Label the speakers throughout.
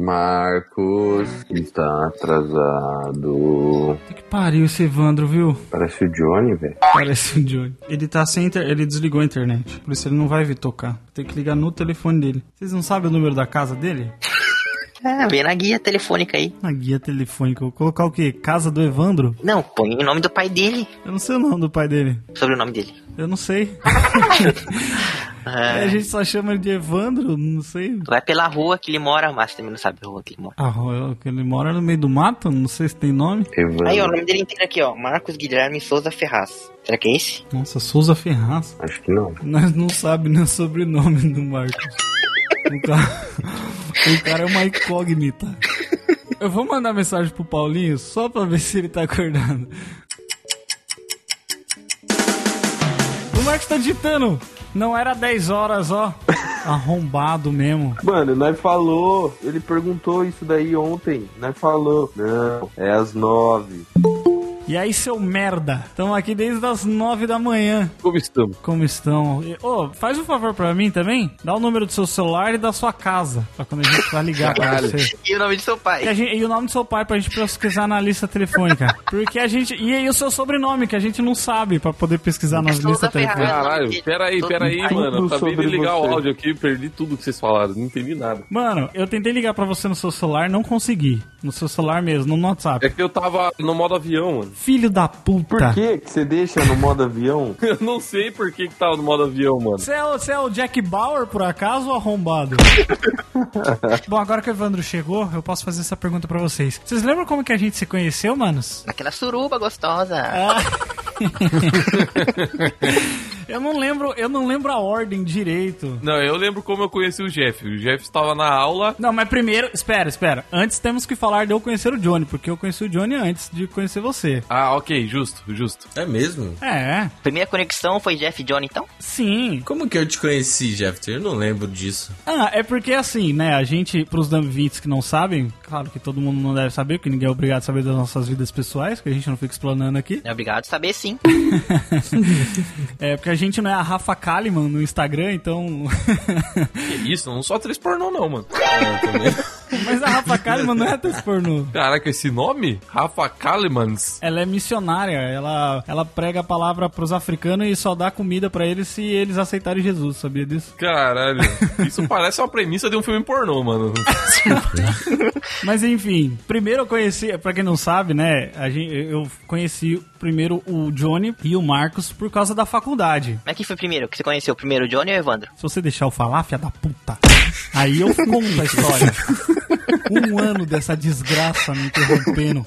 Speaker 1: Marcos está atrasado.
Speaker 2: Puta que pariu esse Evandro, viu?
Speaker 1: Parece o Johnny, velho.
Speaker 2: Parece o Johnny. Ele tá sem inter... ele desligou a internet. Por isso ele não vai vir tocar. Tem que ligar no telefone dele. Vocês não sabem o número da casa dele?
Speaker 3: Ah, vê na guia telefônica aí.
Speaker 2: Na guia telefônica. Eu Vou colocar o quê? Casa do Evandro?
Speaker 3: Não, põe o nome do pai dele,
Speaker 2: Eu não sei o nome do pai dele.
Speaker 3: sobrenome dele.
Speaker 2: Eu não sei. A
Speaker 3: Ah,
Speaker 2: gente só chama ele de Evandro, não sei.
Speaker 3: vai pela rua que ele mora, mas também não sabe a rua que ele mora.
Speaker 2: Ah, eu- ele mora no meio do mato, não sei se tem nome.
Speaker 1: Evandro.
Speaker 3: Aí, ó, o nome dele inteiro aqui, ó. Marcos Guilherme Souza Ferraz. Será que é esse?
Speaker 2: Nossa, Souza Ferraz.
Speaker 1: Acho que não.
Speaker 2: Nós não sabe nem o sobrenome do Marcos. O cara, o cara é uma incógnita. Eu vou mandar mensagem pro Paulinho só pra ver se ele tá acordado. O Marcos tá digitando. Não era 10 horas, ó. Arrombado mesmo.
Speaker 4: Mano, nós falou, ele perguntou isso daí ontem, nós falou. Não, é às nove.
Speaker 2: E aí, seu merda? Tamo aqui desde as 9 da manhã.
Speaker 4: Como estamos?
Speaker 2: Como estão? E, Ô, faz um favor pra mim também. Dá o número do seu celular e da sua casa. Pra quando a gente vai ligar pra
Speaker 4: Caralho.
Speaker 2: você.
Speaker 3: E o nome de seu
Speaker 2: E,
Speaker 3: pai?
Speaker 2: a gente- e o nome do seu pai pra gente pesquisar na lista telefônica. Porque a gente. E aí o seu sobrenome, que a gente não sabe pra poder pesquisar nas
Speaker 3: Souza
Speaker 2: listas
Speaker 3: Ferraz.
Speaker 2: telefônicas.
Speaker 5: Caralho, peraí, peraí,
Speaker 4: Tudo
Speaker 5: mano. Eu acabei de
Speaker 4: sobre
Speaker 5: ligar
Speaker 4: você.
Speaker 5: o áudio aqui, perdi tudo que vocês falaram, não entendi nada.
Speaker 2: Mano, eu tentei ligar pra você no seu celular, não consegui. No seu celular mesmo, no WhatsApp.
Speaker 5: É que eu tava no modo avião, mano.
Speaker 2: Filho da
Speaker 4: Por
Speaker 2: puta.
Speaker 4: que que você deixa no modo avião?
Speaker 5: Eu não sei por que que tava no modo avião, mano.
Speaker 2: Você é, o, você é o Jack Bauer, por acaso, ou arrombado? Bom, agora que o Evandro chegou, eu posso fazer essa pergunta pra vocês. Vocês lembram como que a gente se conheceu, manos?
Speaker 3: Naquela suruba gostosa.
Speaker 2: Ah. eu não lembro, eu não lembro a ordem direito.
Speaker 5: Não, eu lembro como eu conheci o Jeff. O Jeff estava na aula.
Speaker 2: Não, mas primeiro, espera, espera. Antes temos que falar de eu conhecer o Johnny, porque eu conheci o Johnny antes de conhecer você.
Speaker 5: Ah, ok, justo, justo.
Speaker 6: É mesmo?
Speaker 2: É,
Speaker 3: Primeira conexão foi Jeff e Johnny, então?
Speaker 2: sim.
Speaker 6: Como que eu te conheci, Jeff? Eu não lembro disso.
Speaker 2: Ah, é porque assim, né? A gente, pros ouvintes que não sabem, claro que todo mundo não deve saber, porque ninguém é obrigado a saber das nossas vidas pessoais, que a gente não fica explanando aqui.
Speaker 3: É obrigado a saber sim.
Speaker 2: É, porque a gente não é a Rafa Kalimann no Instagram, então.
Speaker 5: Que isso, não sou atriz pornô, não, mano.
Speaker 6: É,
Speaker 2: Mas a Rafa Kalimann não é atriz pornô.
Speaker 5: Caraca, esse nome? Rafa Kalimans.
Speaker 2: Ela é missionária, ela, ela prega a palavra pros africanos e só dá comida pra eles se eles aceitarem Jesus, sabia disso?
Speaker 5: Caralho, isso parece uma premissa de um filme pornô, mano.
Speaker 2: Mas enfim, primeiro eu conheci, pra quem não sabe, né, a gente, eu conheci primeiro o Johnny e o Marcos por causa da faculdade.
Speaker 3: Como é que foi primeiro? Que você conheceu primeiro, o Johnny ou o Evandro?
Speaker 2: Se você deixar eu falar, filha da puta, aí eu conto a história. Um ano dessa desgraça me interrompendo.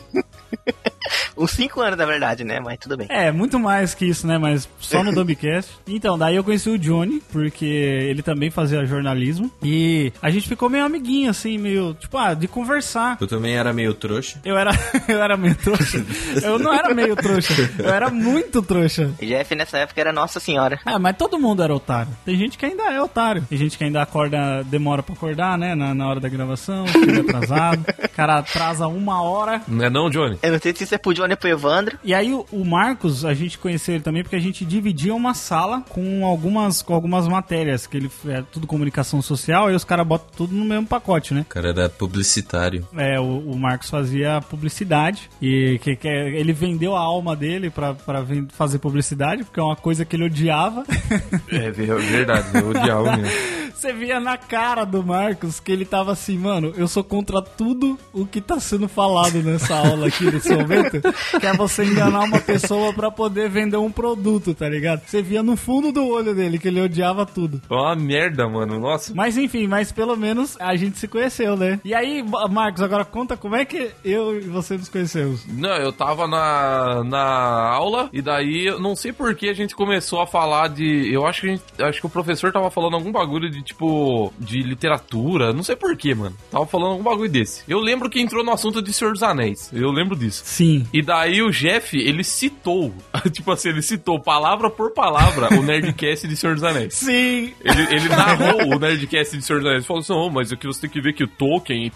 Speaker 3: Uns 5 anos, na verdade, né? Mas tudo bem.
Speaker 2: É, muito mais que isso, né? Mas só no Dumbcast. Então, daí eu conheci o Johnny, porque ele também fazia jornalismo. E a gente ficou meio amiguinho, assim, meio, tipo, ah, de conversar.
Speaker 6: Eu também era meio trouxa.
Speaker 2: Eu era, eu era meio trouxa. Eu não era meio trouxa. Eu era muito trouxa.
Speaker 3: O É. Jeff nessa época era Nossa Senhora.
Speaker 2: Ah, mas todo mundo era otário. Tem gente que ainda é otário. Tem gente que ainda acorda, demora pra acordar, né? Na, na hora da gravação, fica atrasado. O cara atrasa uma hora.
Speaker 5: Não é não, Johnny?
Speaker 3: Eu não sei se isso é pro Johnny ou pro Evandro.
Speaker 2: E aí o, o Marcos, a gente conheceu ele também porque a gente dividia uma sala com algumas, com algumas matérias, que ele é tudo comunicação social, e os caras botam tudo no mesmo pacote, né?
Speaker 6: O cara era publicitário.
Speaker 2: É, o, o Marcos fazia publicidade e que, que ele vendeu a alma dele pra, pra ven- fazer publicidade, porque é uma coisa que ele odiava.
Speaker 5: É verdade, eu odiava mesmo.
Speaker 2: Você via na cara do Marcos que ele tava assim, mano, eu sou contra tudo o que tá sendo falado nessa aula aqui nesse momento, que é você enganar uma pessoa pra poder vender um produto, tá ligado? Você via no fundo do olho dele que ele odiava tudo.
Speaker 5: Foi É uma merda, mano. Nossa.
Speaker 2: Mas enfim, mas pelo menos a gente se conheceu, né? E aí, Ma- Marcos, agora conta como é que eu e você nos conhecemos.
Speaker 5: Não, eu tava na, na aula e daí eu não sei por que a gente começou a falar de. Eu acho que a gente, acho que o professor tava falando algum bagulho de tipo de literatura, não sei por que, mano. Tava falando algum bagulho desse. Eu lembro que entrou no assunto de Senhor dos Anéis. Eu lembro disso.
Speaker 2: Sim.
Speaker 5: E E daí o Jeff, ele citou, tipo assim, ele citou palavra por palavra o Nerdcast de Senhor dos Anéis.
Speaker 2: Sim,
Speaker 5: Ele, ele narrou o Nerdcast de Senhor dos Anéis. Ele falou assim: não, mas aqui você tem que ver que o Tolkien e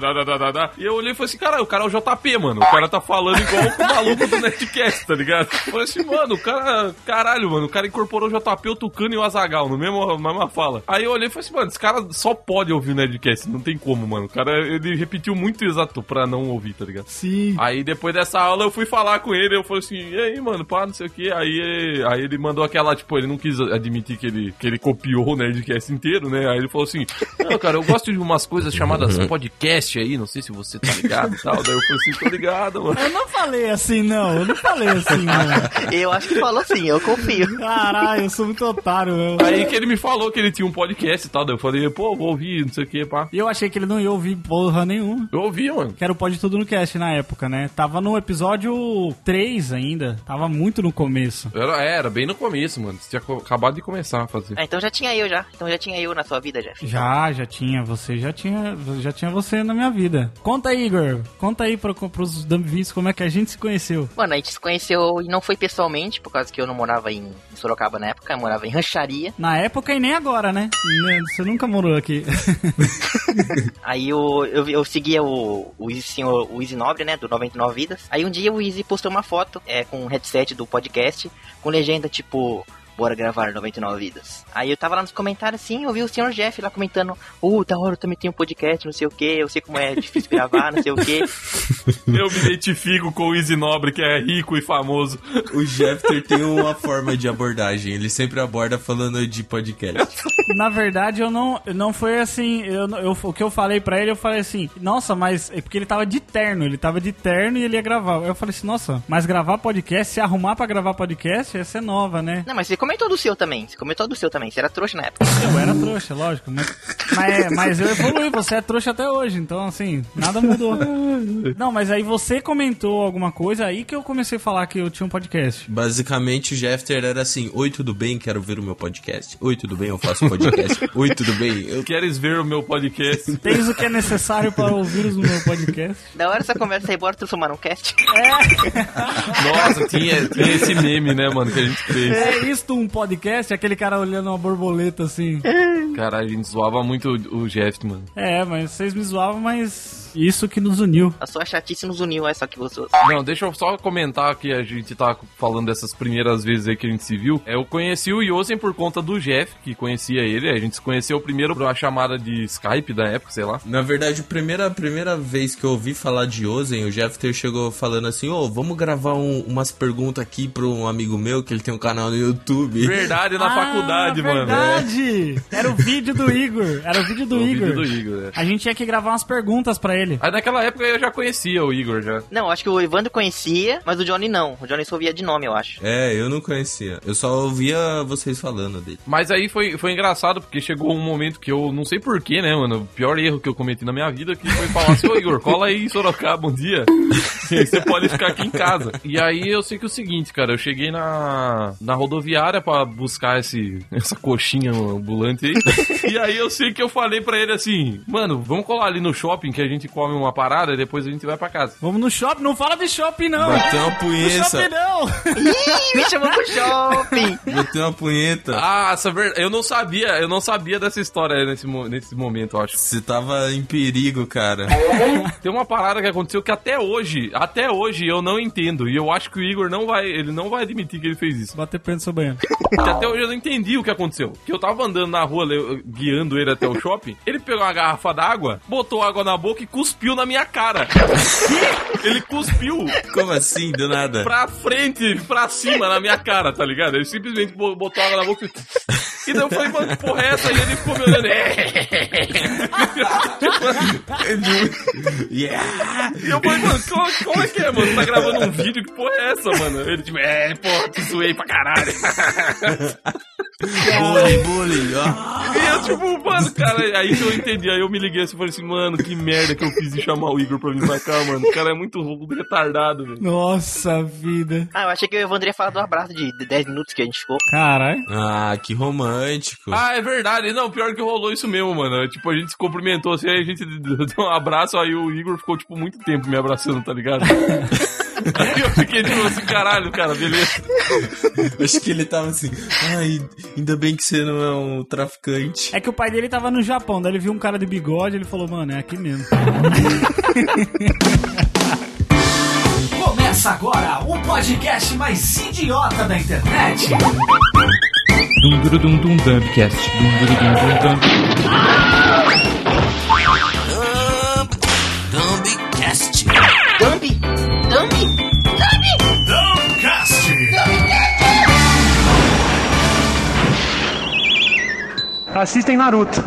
Speaker 5: tararararararará. E eu olhei e falei assim: cara, o cara é o JP, mano. O cara tá falando igual o maluco do Nerdcast, tá ligado? Eu falei assim, mano, o cara. Caralho, mano, o cara incorporou o JP, o Tucano e o Azagal no mesmo na mesma fala. Aí eu olhei e falei assim, mano, esse cara só pode ouvir o Nerdcast, não tem como, mano. O cara, ele repetiu muito exato pra não ouvir, tá ligado?
Speaker 2: sim.
Speaker 5: Aí depois dessa aula eu fui falar com ele, eu falei assim, e aí, mano, pá, não sei o que. Aí, aí ele mandou aquela, tipo, ele não quis admitir que ele, que ele copiou o Nerdcast inteiro, né? Aí ele falou assim, não, cara, eu gosto de umas coisas chamadas podcast aí, não sei se você tá ligado e tal. Daí eu falei assim, tô ligado, mano.
Speaker 2: Eu não falei assim, não. Eu não falei assim, não.
Speaker 3: Eu acho que falou assim, eu confio.
Speaker 2: Caralho, eu sou muito otário, meu.
Speaker 5: Aí que ele me falou que ele tinha um podcast e tal, daí eu falei, pô, vou ouvir, não sei o que, pá.
Speaker 2: E eu achei que ele não ia ouvir porra nenhuma.
Speaker 5: Eu ouvi, mano.
Speaker 2: Que era o Pode Tudo no Cast na época, né? Tava no episódio 3 ainda. Tava muito no começo.
Speaker 5: Era, era bem no começo, mano. Você tinha co- acabado de começar a fazer.
Speaker 3: Ah, então já tinha eu já. Então já tinha eu na sua vida, Jeff.
Speaker 2: Já, já tinha você, já tinha, já tinha você na minha vida. Conta aí, Igor. Conta aí pro, pros Dumbvis como é que a gente se conheceu.
Speaker 3: Mano, a gente se conheceu e não foi pessoalmente, por causa que eu não morava em Sorocaba na época, eu morava em Rancharia.
Speaker 2: Na época e nem agora, né? Né, Você nunca morou aqui.
Speaker 3: Aí eu, eu, eu seguia o, o, Easy, sim, o, o Easy Nobre, né? Do 99 Vidas. Aí um dia o Easy postou uma foto é, com um headset do podcast, com legenda tipo. Bora gravar 99 vidas. Aí eu tava lá nos comentários assim, eu vi o senhor Jeff lá comentando: Uh, da hora, eu também tenho podcast, não sei o que, eu sei como é difícil gravar, não sei o que.
Speaker 5: Eu me identifico com o Easy Nobre, que é rico e famoso.
Speaker 6: O Jeffter tem uma forma de abordagem. Ele sempre aborda falando de podcast.
Speaker 2: Na verdade, eu não, não foi assim. Eu, não- eu- o que eu falei pra ele, eu falei assim: Nossa, mas. é Porque ele tava de terno, ele tava de terno e ele ia gravar. Eu falei assim: Nossa, mas gravar podcast, se arrumar pra gravar podcast, essa é nova, né?
Speaker 3: Não, mas você comentou do seu também, você comentou do seu também, você era trouxa na época.
Speaker 2: Eu era trouxa, lógico. Mas, mas, mas eu evoluí, você é trouxa até hoje, então assim, nada mudou. Não, mas aí você comentou alguma coisa, aí que eu comecei a falar que eu tinha um podcast.
Speaker 6: Basicamente, o Jeffter era assim: Oi, tudo bem? Quero ver o meu podcast. Oi, tudo bem? Eu faço podcast. Oi, tudo bem? Eu
Speaker 5: Queres ver o meu podcast?
Speaker 2: Tens o que é necessário para ouvir o meu podcast.
Speaker 3: Da hora essa conversa aí, bora transformar num cast.
Speaker 5: Nossa, tinha, tinha esse meme, né, mano, que a gente fez.
Speaker 2: É isto um podcast? Aquele cara olhando uma borboleta assim.
Speaker 5: Caralho, a gente zoava muito o o Jeff, mano.
Speaker 2: É, mas vocês me zoavam, mas isso que nos uniu.
Speaker 3: A sua chatice nos uniu, é só que você.
Speaker 5: Não, deixa eu só comentar que a gente tá falando dessas primeiras vezes aí que a gente se viu. É, Eu conheci o Yosen por conta do Jeff, que conhecia ele. A gente se conheceu primeiro por uma chamada de Skype da época, sei lá.
Speaker 6: Na verdade, a primeira, a primeira vez que eu ouvi falar de Ozen, o Jeffter chegou falando assim: Ô, vamos gravar um- umas perguntas aqui pra um amigo meu que ele tem um canal no YouTube.
Speaker 5: Verdade, na faculdade, mano.
Speaker 2: Ah,
Speaker 5: É,
Speaker 2: verdade. Era o vídeo do Igor. Era o vídeo do
Speaker 5: O
Speaker 2: Igor.
Speaker 5: vídeo do Igor, né?
Speaker 2: A gente tinha que gravar umas perguntas pra ele.
Speaker 5: Aí naquela época eu já conhecia o Igor, já.
Speaker 3: Não, acho que o Evandro conhecia, mas o Johnny não. O Johnny só via de nome, eu acho.
Speaker 6: É, eu não conhecia. Eu só ouvia vocês falando dele.
Speaker 5: Mas aí foi, foi engraçado, porque chegou um momento que eu não sei porquê, né, mano? O pior erro que eu cometi na minha vida que foi falar assim, ô Igor, cola aí em Sorocaba um dia. que Você pode ficar aqui em casa. E aí eu sei que é o seguinte, cara, eu cheguei na, na rodoviária pra buscar esse, essa coxinha ambulante aí. E aí eu sei que eu falei pra ele assim, mano, vamos colar ali no shopping que a gente come uma parada e depois a gente vai pra casa.
Speaker 2: Vamos no shopping. Não fala de shopping, não.
Speaker 6: Bateu uma
Speaker 2: No shopping,
Speaker 6: punheta.
Speaker 2: não.
Speaker 3: Ih, me chamou pro shopping!
Speaker 6: Bateu uma punheta.
Speaker 5: Ah, essa verdade. Eu não sabia, eu não sabia dessa história nesse, mo- nesse momento, eu acho.
Speaker 6: Você tava em perigo, cara.
Speaker 5: Tem uma parada que aconteceu que até hoje, até hoje eu não entendo. E eu acho que o Igor não vai, ele não vai admitir que ele fez isso.
Speaker 2: Bater pé no seu banheiro.
Speaker 5: Porque até hoje eu não entendi o que aconteceu. Que eu tava andando na rua, le- guiando ele até o shopping, ele pegou uma garrafa d'água, botou água na boca e cuspiu na minha cara. ele cuspiu
Speaker 6: Como assim, do nada?
Speaker 5: pra frente, pra cima na minha cara, tá ligado? Ele simplesmente bo- botou água na boca e... E daí eu falei, mano, que porra é essa? E ele ficou me olhando. "É,
Speaker 6: Yeah!
Speaker 5: E eu falei, mano, como, como é que é, mano? Você tá gravando um vídeo? Que porra é essa, mano? Ele tipo, é, porra, te zoei pra caralho.
Speaker 6: Bully, bully! Ah.
Speaker 5: E eu tipo, mano, cara, aí que eu entendi. Aí eu me liguei assim e falei assim, mano, que merda que eu fiz de chamar o Igor pra vir pra cá, mano. O cara é muito louco, retardado, velho.
Speaker 2: Nossa vida.
Speaker 3: Ah, eu achei que o Evandro ia falar do abraço de de 10 minutos que a gente ficou.
Speaker 2: Caralho.
Speaker 6: Ah, que romântico.
Speaker 5: Ah, é verdade. Não, pior que rolou isso mesmo, mano. Tipo, a gente se cumprimentou assim, aí a gente deu um abraço, aí o Igor ficou, tipo, muito tempo me abraçando, tá ligado? E eu fiquei tipo assim, caralho, cara, beleza.
Speaker 6: Acho que ele tava assim, ai, ainda bem que você não é um traficante.
Speaker 2: É que o pai dele tava no Japão, daí ele viu um cara de bigode, ele falou, mano, é aqui mesmo.
Speaker 7: Começa agora o podcast mais idiota da internet.
Speaker 8: Dum dum dum dum dumbcast. Dum dum dum dum dump.
Speaker 3: Dumbi! Dumbi!
Speaker 9: Assistem Naruto.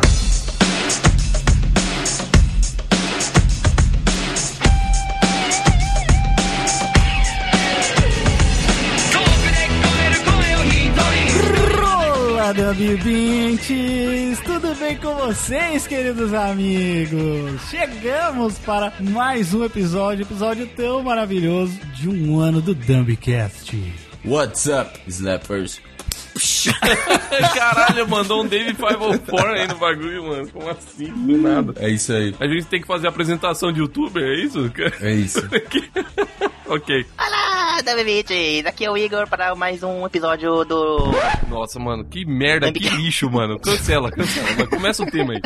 Speaker 2: Olá, amiguintes! Tudo bem com vocês, queridos amigos? Chegamos para mais um episódio, episódio tão maravilhoso de um ano do Dumbcast.
Speaker 6: What's up, slappers?
Speaker 5: Caralho, mandou um Dave 504 aí no bagulho, mano. Como assim? Do nada.
Speaker 6: É isso aí.
Speaker 5: A gente tem que fazer apresentação de youtuber, é isso?
Speaker 6: É isso.
Speaker 5: ok.
Speaker 3: Olá, Dumbi Aqui é o Igor para mais um episódio do.
Speaker 5: Nossa, mano, que merda, que lixo, mano. Cancela, cancela. Mas começa o tema aí.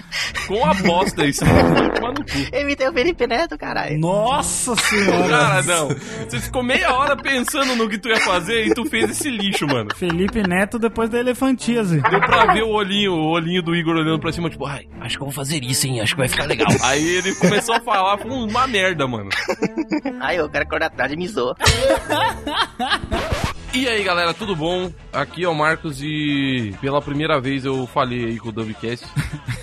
Speaker 5: Com a bosta isso, mano. Vai tomar no cu.
Speaker 3: Eu imitei o Felipe Neto, caralho.
Speaker 2: Nossa senhora!
Speaker 5: Cara, não. Você ficou meia hora pensando no que tu ia fazer e tu fez esse lixo, mano.
Speaker 2: Felipe Neto depois da Elefantíase.
Speaker 5: Deu pra ver o olhinho, o olhinho do Igor olhando pra cima, tipo, ai,
Speaker 8: Acho que eu vou fazer isso, hein? Acho que vai ficar legal.
Speaker 5: Aí ele começou a falar foi uma merda, mano.
Speaker 3: Ai, eu quero acordar tarde e me zoa.
Speaker 5: E aí, galera, tudo bom? Aqui é o Marcos e pela primeira vez eu falei aí com o Dubcast.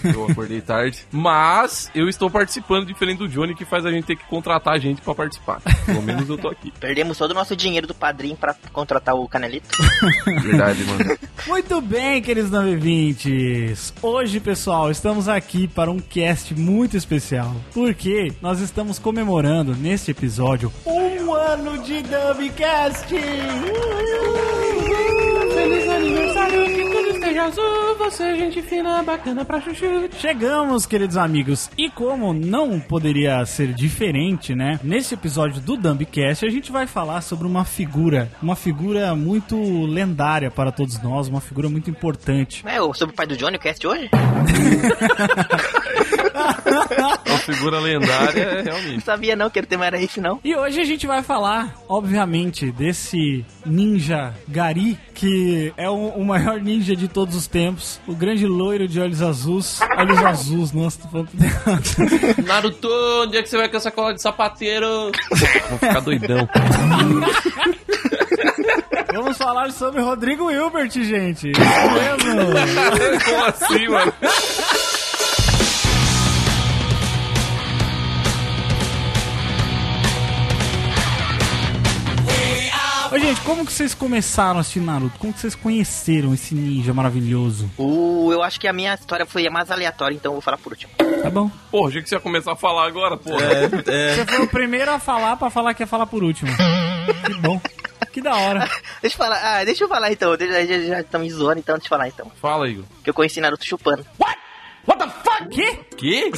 Speaker 5: Eu acordei tarde. Mas eu estou participando diferente do Johnny, que faz a gente ter que contratar a gente pra participar. Pelo menos eu tô aqui.
Speaker 3: Perdemos todo o nosso dinheiro do padrinho pra contratar o Canelito.
Speaker 5: Verdade, mano.
Speaker 2: Muito bem, queridos 920. Hoje, pessoal, estamos aqui para um cast muito especial, porque nós estamos comemorando neste episódio um ano de Dubcast! Uhul! Feliz aniversário que tudo esteja azul, você é gente fina, bacana pra chuchu. Chegamos, queridos amigos, e como não poderia ser diferente, né? Nesse episódio do Dumbcast, a gente vai falar sobre uma figura, uma figura muito lendária para todos nós, uma figura muito importante.
Speaker 3: É, o- sobre o pai do Johnny, o cast hoje?
Speaker 5: Uma figura Então, lendária, é,
Speaker 3: Não
Speaker 5: realmente.
Speaker 3: sabia não que ele tema era esse, não.
Speaker 2: E hoje a gente vai falar, obviamente, desse ninja Gari, que é o, o maior ninja de todos os tempos, o grande loiro de olhos azuis. Olhos azuis, nossa, tô falando tudo errado.
Speaker 5: Naruto, onde é que você vai com essa cola de sapateiro? Vou ficar doidão.
Speaker 2: Vamos falar sobre Rodrigo Hilbert, gente. Isso mesmo.
Speaker 5: Como assim, mano?
Speaker 2: Ô, gente, como que vocês começaram a assistir Naruto? Como que vocês conheceram esse ninja maravilhoso?
Speaker 3: Uh, eu acho que a minha história foi a mais aleatória, então eu vou falar por último.
Speaker 2: Tá bom.
Speaker 5: Porra, achei que você ia começar a falar agora, porra.
Speaker 2: Você foi o primeiro a falar pra falar que ia falar por último. Que bom. Que da hora.
Speaker 3: Deixa eu falar, ah, deixa eu falar então, já, já, já estão me zoando, então deixa eu falar então.
Speaker 5: Fala, Igor.
Speaker 3: Que eu conheci Naruto chupando.
Speaker 2: Que?
Speaker 5: Que?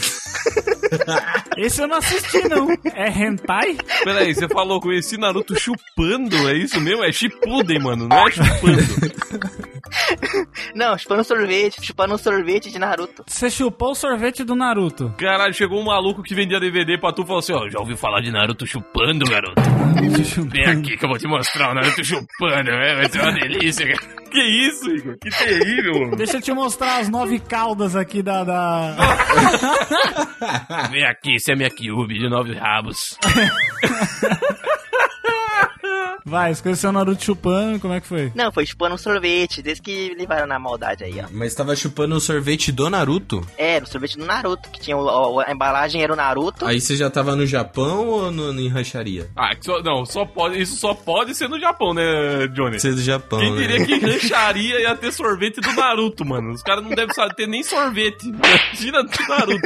Speaker 2: Esse eu não assisti, não. É hentai?
Speaker 5: Peraí, você falou conheci Naruto chupando, é isso mesmo? É Shippuden, mano, não é chupando.
Speaker 3: Não, chupando um sorvete, chupando um sorvete de Naruto.
Speaker 2: Você chupou o sorvete do Naruto.
Speaker 5: Caralho, chegou um maluco que vendia DVD pra tu e falou assim, ó, já ouviu falar de Naruto chupando, garoto? Vem aqui que eu vou te mostrar o Naruto chupando, é, vai ser uma delícia, cara. Que isso, Igor? Que terrível, mano.
Speaker 2: Deixa eu te mostrar as nove caudas aqui da. da...
Speaker 5: Vem aqui, você é minha Kyubi de nove rabos.
Speaker 2: Vai, você conheceu o Naruto chupando, como é que foi?
Speaker 3: Não, foi chupando um sorvete, desde que levaram na maldade aí, ó. É,
Speaker 6: Mas tava chupando o sorvete do Naruto?
Speaker 3: Era o sorvete do Naruto, que tinha o- o- a embalagem era o Naruto.
Speaker 6: Aí você já tava no Japão ou no, em rancharia?
Speaker 5: Ah, que só, não, só pode, isso só pode ser no Japão, né, Johnny?
Speaker 6: Você é do Japão,
Speaker 5: Quem
Speaker 6: né?
Speaker 5: diria que rancharia ia ter sorvete do Naruto, mano? Os caras não devem saber ter nem sorvete. Imagina do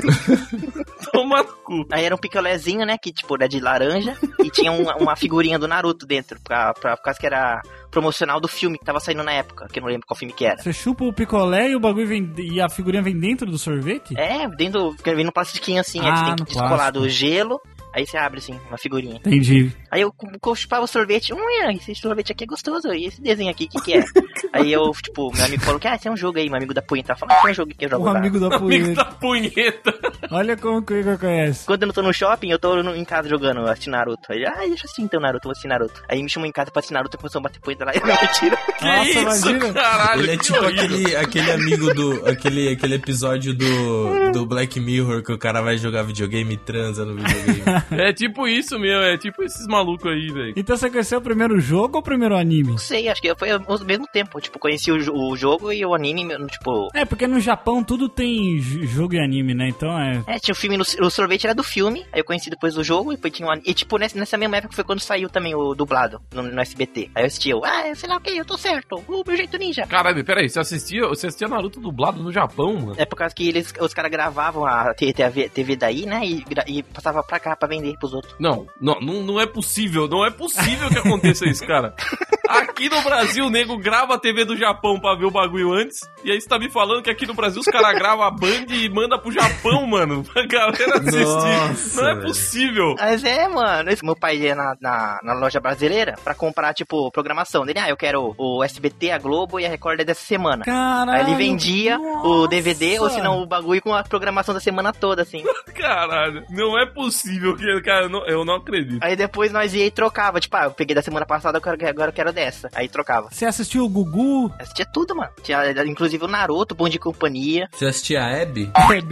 Speaker 5: Naruto. Toma no cu.
Speaker 3: Aí era um picolézinho, né? Que tipo era de laranja e tinha uma, uma figurinha do Naruto dentro, pra, pra, por causa que era promocional do filme que tava saindo na época, que eu não lembro qual filme que era.
Speaker 2: Você chupa o picolé e o bagulho vem. e a figurinha vem dentro do sorvete?
Speaker 3: É, dentro. Vem no plastiquinho assim, aí
Speaker 2: Ah,
Speaker 3: você tem
Speaker 2: no
Speaker 3: que descolar do gelo. Aí você abre, assim, uma figurinha.
Speaker 2: Entendi.
Speaker 3: Aí eu cu- cu- chupava o sorvete. Hum, esse sorvete aqui é gostoso. E esse desenho aqui, o que, que é? aí eu, tipo, meu amigo falou que, ah, esse é um jogo aí. Meu amigo da punha tava falando, ah, esse é um jogo que eu jogo
Speaker 2: Um
Speaker 3: lá.
Speaker 2: amigo da
Speaker 5: Amigo da
Speaker 2: punheta.
Speaker 5: punheta.
Speaker 2: Olha como que o Igor conhece.
Speaker 3: Quando eu não tô no shopping, eu tô no- em casa jogando, eu assisti Naruto. Aí, ele, ah, deixa eu assistir então Naruto, eu vou assistir Naruto. Aí me chamou em casa pra assistir Naruto, começou a bater punheta lá. Eu, Não, mentira.
Speaker 5: Que
Speaker 2: Nossa,
Speaker 5: isso,
Speaker 2: imagina.
Speaker 5: caralho.
Speaker 6: Ele é
Speaker 5: que
Speaker 6: tipo
Speaker 5: horrível.
Speaker 6: aquele, aquele amigo do. Aquele, aquele episódio do, do Black Mirror que o cara vai jogar videogame e transa no videogame.
Speaker 5: É tipo isso, meu. É tipo esses malucos aí, velho.
Speaker 2: Então você conheceu o primeiro jogo ou o primeiro anime?
Speaker 3: Não sei, acho que foi ao mesmo tempo. Tipo, conheci o, jo- o jogo e o anime, meu, tipo...
Speaker 2: É, porque no Japão tudo tem j- jogo e anime, né? Então é.
Speaker 3: É, tinha o filme, no, o sorvete era do filme, aí eu conheci depois do jogo, e depois tinha um, an- E tipo, nessa, nessa mesma época foi quando saiu também o dublado, no, no SBT. Aí eu assisti, eu, ah, sei lá o que, eu tô certo, o meu jeito ninja.
Speaker 5: Caralho, peraí, você assistia, você assistia Naruto dublado no Japão, mano?
Speaker 3: É por causa que eles, os caras gravavam a T- TV, TV daí, né? E, gra- e passava pra cá pra vender pros outros.
Speaker 5: Não, não, não, não é possível, não é possível que aconteça isso, cara. Aqui no Brasil, o nego grava a TV do Japão pra ver o bagulho antes, e aí você tá me falando que aqui no Brasil os caras gravam a Band e manda pro Japão, mano, pra galera assistir.
Speaker 6: Nossa,
Speaker 5: não é
Speaker 6: velho.
Speaker 5: possível.
Speaker 3: Mas é, mano, esse- meu pai ia na, na, na loja brasileira pra comprar, tipo, programação dele. Ah, eu quero o SBT, a Globo e a Record é dessa semana.
Speaker 2: Caralho.
Speaker 3: Aí ele vendia o
Speaker 2: nossa.
Speaker 3: DVD ou se não o bagulho com a programação da semana toda, assim.
Speaker 5: Caralho, não é possível que, cara, eu não, eu não acredito.
Speaker 3: Aí depois nós ia e trocava. Tipo, ah, eu peguei da semana passada, eu quero- agora eu quero dessa. Aí trocava.
Speaker 2: Você assistiu o Gugu?
Speaker 3: Eu Assistia tudo, mano. Tinha inclusive o Naruto, Bom de Companhia.
Speaker 6: Você assistia a Abby?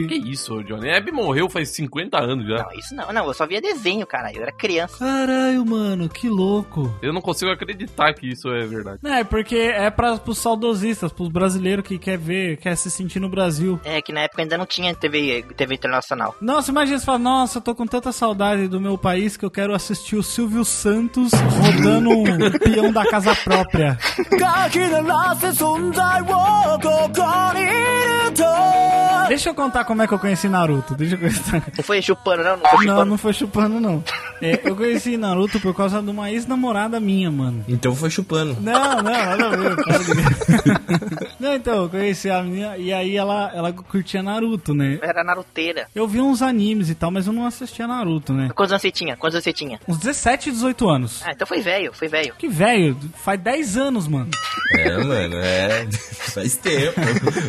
Speaker 5: Que isso, Johnny? A Abby morreu faz 50 anos já.
Speaker 3: Não, isso não, não. Eu só via desenho, cara. Eu era criança.
Speaker 2: Caralho, mano, que louco.
Speaker 5: Eu não consigo acreditar que isso é verdade.
Speaker 2: Não, é porque é para pros saudosistas, pros brasileiros que quer ver, quer se sentir no Brasil.
Speaker 3: É que na época ainda não tinha TV, TV internacional.
Speaker 2: Nossa, imagina você fala, nossa, eu tô com tanta saudade do meu país que eu quero assistir o Silvio Santos rodando um peão da casa própria. Deixa eu contar como é que eu conheci Naruto. Deixa eu contar.
Speaker 3: Não foi chupando, não? Não foi
Speaker 2: Não,
Speaker 3: chupando.
Speaker 2: não foi chupando, não. É, eu conheci Naruto por causa de uma ex-namorada minha, mano.
Speaker 6: Então foi chupando.
Speaker 2: Não, não, nada a ver, para de ver. Não, então, eu conheci a menina e aí ela, ela curtia Naruto, né?
Speaker 3: Era naruteira.
Speaker 2: Eu vi uns animes e tal, mas eu não assistia Naruto, né?
Speaker 3: Quantos anos você tinha? Quantos anos você tinha?
Speaker 2: Uns 17, 18 anos.
Speaker 3: Ah, então foi velho, foi velho.
Speaker 2: Que velho, faz 10 anos, mano.
Speaker 6: É, mano, é. Faz tempo.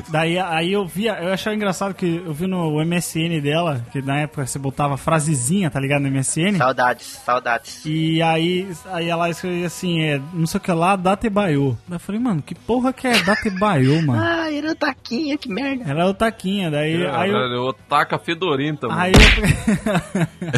Speaker 2: Daí aí eu via, eu achava engraçado que eu vi no MSN dela, que na época você botava frasezinha, tá ligado? No MSN.
Speaker 3: Saudades, saudades.
Speaker 2: E aí, aí ela escrevia assim, é, não sei o que lá, Datebayo. Daí eu falei, mano, que porra que é Datebayo, mano?
Speaker 3: Ah, era o Taquinha, que merda.
Speaker 2: Ela é o Taquinha, daí aí eu,
Speaker 5: Caralho, é otaka fedorenta, mano.
Speaker 2: Aí eu...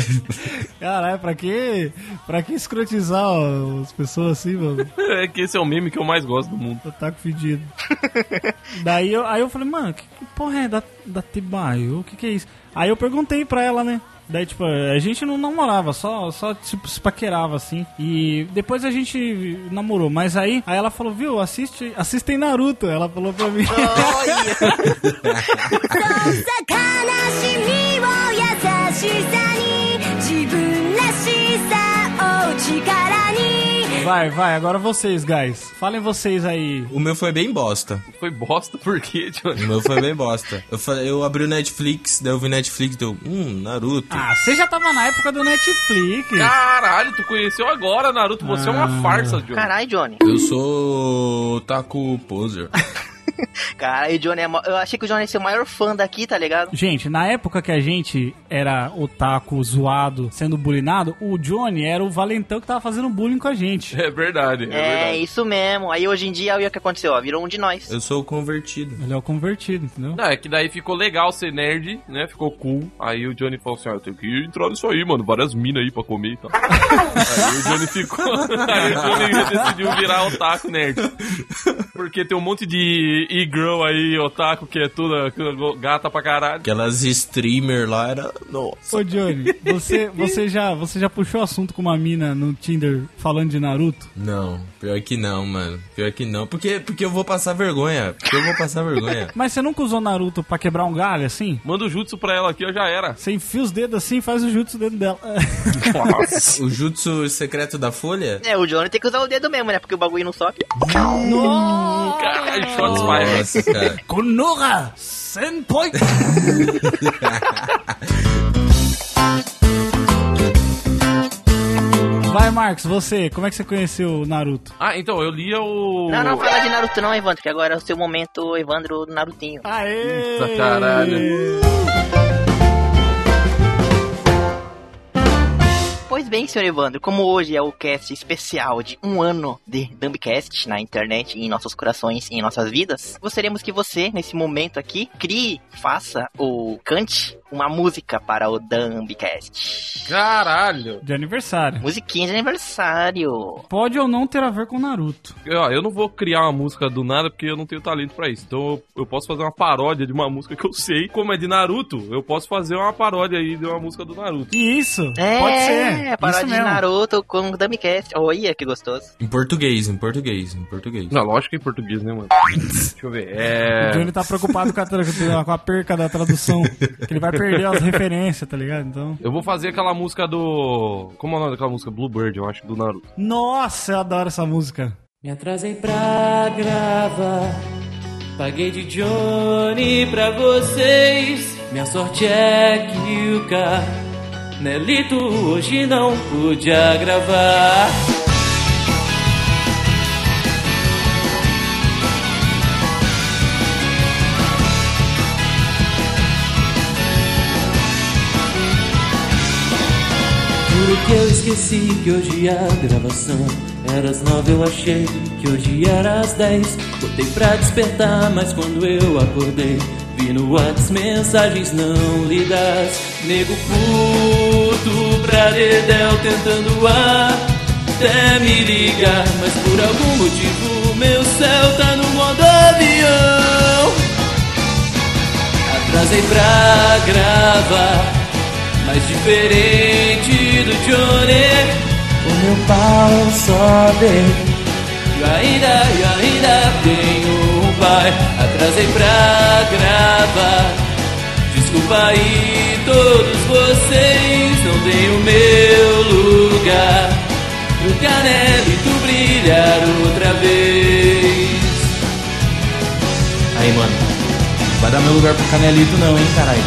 Speaker 2: Caralho, pra que, pra que escrotizar ó, as pessoas assim, mano?
Speaker 5: É que esse é o meme que eu mais gosto do mundo.
Speaker 2: Eu taco fedido. Daí eu, aí eu falei, mano, que, que porra é da, da Tebaio? O que que é isso? Aí eu perguntei pra ela, né? Daí, tipo, a gente não namorava, só, só tipo, se paquerava, assim. E depois a gente namorou. Mas aí, aí ela falou, viu, assiste, assistem Naruto. Ela falou pra mim.
Speaker 3: Olha.
Speaker 2: Vai, vai, agora vocês, guys. Falem vocês aí.
Speaker 6: O meu foi bem bosta.
Speaker 5: Foi bosta, por quê,
Speaker 6: O
Speaker 5: Johnny?
Speaker 6: meu foi bem bosta. Eu, fa- eu abri o Netflix, daí eu vi Netflix, deu. Hum, Naruto.
Speaker 2: Ah, você já tava na época do Netflix.
Speaker 5: Caralho, tu conheceu agora, Naruto. Você é uma farsa, Johnny.
Speaker 3: Caralho, Johnny.
Speaker 6: Eu sou Taku Poser.
Speaker 3: Caralho, Johnny é mo... Eu achei que o Johnny ia ser o maior fã daqui, tá ligado?
Speaker 2: Gente, na época que a gente era otaku zoado, sendo bullyingado, o Johnny era o valentão que tava fazendo bullying com a gente.
Speaker 5: É verdade, é,
Speaker 3: É,
Speaker 5: verdade.
Speaker 3: isso mesmo. Aí hoje em dia, olha o que aconteceu, ó. Virou um de nós.
Speaker 6: Eu sou o convertido.
Speaker 2: Ele é o convertido, entendeu?
Speaker 5: Não, é que daí ficou legal ser nerd, né? Ficou cool. Aí o Johnny falou assim: ah, eu tenho que entrar nisso aí, mano. Várias minas aí pra comer e tal. aí o Johnny ficou. aí o Johnny decidiu virar otaku nerd. Porque tem um monte de e-girl aí, otaku, que é toda gata pra caralho.
Speaker 6: Aquelas streamer lá era. Nossa.
Speaker 2: Ô Johnny, você, você, já, você já puxou assunto com uma mina no Tinder falando de Naruto?
Speaker 6: Não, pior que não, mano. Pior que não. Porque, porque eu vou passar vergonha. Porque eu vou passar vergonha.
Speaker 2: Mas você nunca usou Naruto pra quebrar um galho assim?
Speaker 5: Manda o jutsu pra ela aqui, eu já era.
Speaker 2: Você enfia os dedos assim e faz o jutsu dentro dela.
Speaker 6: O Jutsu Secreto da Folha?
Speaker 3: É, o Johnny tem que usar o dedo mesmo, né? Porque o bagulho não sobe.
Speaker 5: Caralho, shots fired.
Speaker 6: Nossa, cara.
Speaker 2: Konoha! Senpoi! Marcos, você, como é que você conheceu o Naruto?
Speaker 5: Ah, então, eu lia o.
Speaker 3: Não, não fala de Naruto não, Evandro, que agora é o seu momento, Evandro Narutinho.
Speaker 2: Aê!
Speaker 5: Puta, caralho.
Speaker 3: Ah, Pois bem, senhor Evandro, como hoje é o cast especial de um ano de Dumbcast na internet, em nossos corações e em nossas vidas, gostaríamos que você, nesse momento aqui, crie, faça ou cante uma música para o Dumbcast.
Speaker 5: Caralho!
Speaker 2: De aniversário.
Speaker 3: Musiquinha de aniversário.
Speaker 2: Pode ou não ter a ver com Naruto.
Speaker 5: Eu, ó, eu não vou criar uma música do nada porque eu não tenho talento pra isso. Então eu, eu posso fazer uma paródia de uma música que eu sei. Como é de Naruto, eu posso fazer uma paródia aí de uma música do Naruto.
Speaker 2: E isso?
Speaker 3: É,
Speaker 2: Pode ser.
Speaker 3: paródia
Speaker 2: isso
Speaker 3: de
Speaker 2: mesmo.
Speaker 3: Naruto com o Dumbcast. Olha que gostoso.
Speaker 6: Em português, em português, em português.
Speaker 5: Não, lógico que em português, né, mano? Deixa eu ver.
Speaker 2: O
Speaker 5: É.
Speaker 2: Johnny tá preocupado com a, tra- com a perca da tradução. que ele vai perder as referências, tá ligado? Então.
Speaker 5: Eu vou fazer aquela música do. Como é o nome daquela música? Bluebird, eu acho, do Naruto.
Speaker 2: Nossa, eu adoro essa música.
Speaker 10: Me atrasei pra gravar. Paguei de Johnny pra vocês. Minha sorte é que o K. Nelito hoje não podia gravar. Juro que eu esqueci que hoje a gravação era às nove, eu achei que hoje era às dez. Botei pra despertar, mas quando eu acordei, vi no WhatsApp mensagens não lidas. Nego puto pra dedéu tentando até me ligar, mas por algum motivo meu céu tá no modo avião. Atrasei pra gravar Mas diferente do Johnny O meu pau sobe Eu ainda, eu ainda tenho um pai Atrasei pra gravar Desculpa aí todos vocês Não tem o meu lugar Pro canelo e tu brilhar outra vez Aí, mano. Vai dar meu lugar pro Canelito não, hein, caralho.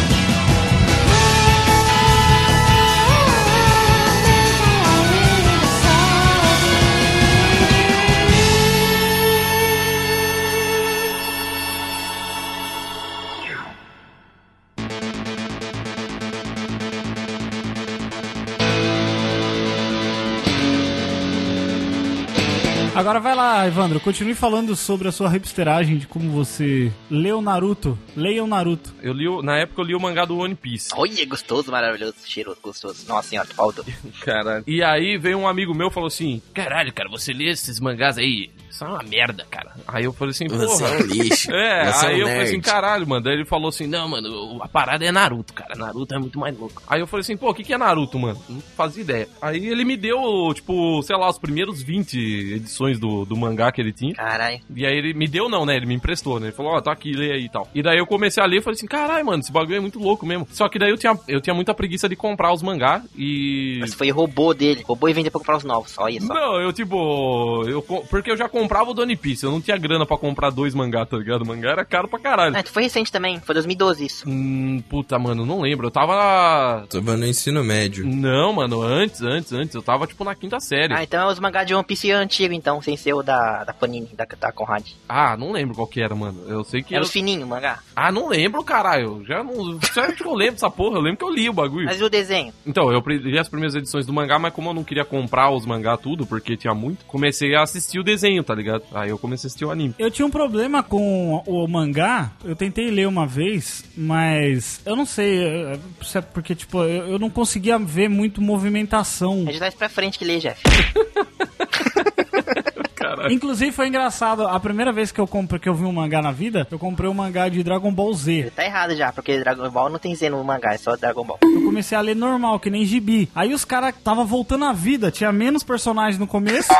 Speaker 2: Agora vai lá, Evandro, continue falando sobre a sua hipsteragem, de como você leu Naruto. Leia o Naruto.
Speaker 5: Eu li o... Na época eu li o mangá do One Piece.
Speaker 3: Olha, gostoso, maravilhoso, cheiroso, gostoso. Nossa senhora, que falta.
Speaker 5: Caralho. E aí veio um amigo meu e falou assim: Caralho, cara, você lê esses mangás aí? Isso é uma merda, cara. Aí eu falei assim, porra.
Speaker 6: Você é um lixo.
Speaker 5: É,
Speaker 6: você é um
Speaker 5: aí eu falei
Speaker 6: nerd.
Speaker 5: assim, caralho, mano. Daí ele falou assim, não, mano, a parada é Naruto, cara. Naruto é muito mais louco. Aí eu falei assim, pô, o que, que é Naruto, mano? Não fazia ideia. Aí ele me deu, tipo, sei lá, os primeiros 20 edições do, do mangá que ele tinha.
Speaker 3: Caralho.
Speaker 5: E aí ele me deu não, né? Ele me emprestou, né? Ele falou, ó, tá aqui, lê aí e tal. E daí eu comecei a ler e falei assim, caralho, mano, esse bagulho é muito louco mesmo. Só que daí eu tinha, eu tinha muita preguiça de comprar os mangá e...
Speaker 3: Mas foi robô dele. Roubou e vendeu pra comprar os novos. Olha só.
Speaker 5: Não, eu tipo. Eu, co- porque eu já comprava o do One Piece, eu não tinha grana pra comprar dois mangá, tá ligado? O mangá era caro pra caralho.
Speaker 3: Ah, tu foi recente também. Foi 2012 isso.
Speaker 5: Hum, puta, mano, não lembro. Eu tava na.
Speaker 6: Tava no ensino médio.
Speaker 5: Não, mano, antes, antes, antes. Eu tava, tipo, na quinta série.
Speaker 3: Ah, então é os mangá de One Piece antigo, então, sem ser o da, da Panini, da, da Conrad.
Speaker 5: Ah, não lembro qual que era, mano. Eu sei que.
Speaker 3: Era
Speaker 5: eu-
Speaker 3: os fininhos, o mangá.
Speaker 5: Ah, não lembro, caralho. Já não. Sério que eu lembro dessa porra? Eu lembro que eu li o bagulho.
Speaker 3: Mas e o desenho?
Speaker 5: Então, eu pre- li as primeiras edições do mangá, mas como eu não queria comprar os mangá tudo, porque tinha muito, comecei a assistir o desenho, tá ligado? Aí eu comecei a assistir o anime.
Speaker 2: Eu tinha um problema com o mangá. Eu tentei ler uma vez, mas eu não sei eh, se é porque tipo eu eu não conseguia ver muito movimentação.
Speaker 3: É de trás pra frente que lê, Jeff.
Speaker 2: Inclusive foi engraçado a primeira vez que eu comprei que eu vi um mangá na vida. Eu comprei um mangá de Dragon Ball Z.
Speaker 3: Tá errado já, porque Dragon Ball não tem Z no mangá, é só Dragon Ball.
Speaker 2: Eu comecei a ler normal, que nem gibi. Aí os caras tava voltando à vida, tinha menos personagens no começo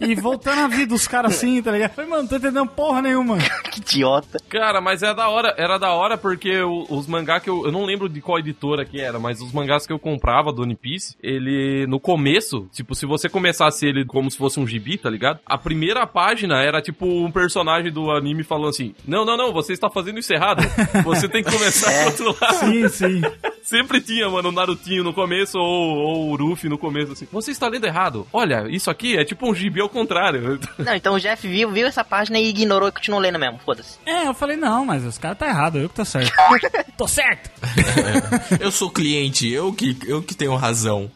Speaker 2: e voltando à vida os caras assim, tá ligado? Falei, mano, não tô entendendo porra nenhuma.
Speaker 3: Que idiota.
Speaker 5: Cara, mas é da hora, era da hora porque o- os mangá que eu. Eu não lembro de qual editora que era, mas os mangás que eu comprava do One Piece, ele. No começo, tipo, se você começasse ele como se fosse um gibi, tá ligado? A primeira página era tipo um personagem do anime falando assim: Não, não, não, você está fazendo isso errado. Você tem que começar do outro lado.
Speaker 2: Sim, sim.
Speaker 5: Sempre tinha, mano, o Narutinho no começo ou, ou o Ruffy no começo, assim. Você está lendo errado. Olha, isso aqui é tipo um gibi ao contrário.
Speaker 3: Não, então o Jeff viu, viu essa página e ignorou e continuou lendo mesmo, foda-se.
Speaker 2: É, eu falei, não, mas os caras tá errado, eu que tá certo. Tô certo!
Speaker 6: Eu sou cliente, eu que, eu que tenho razão.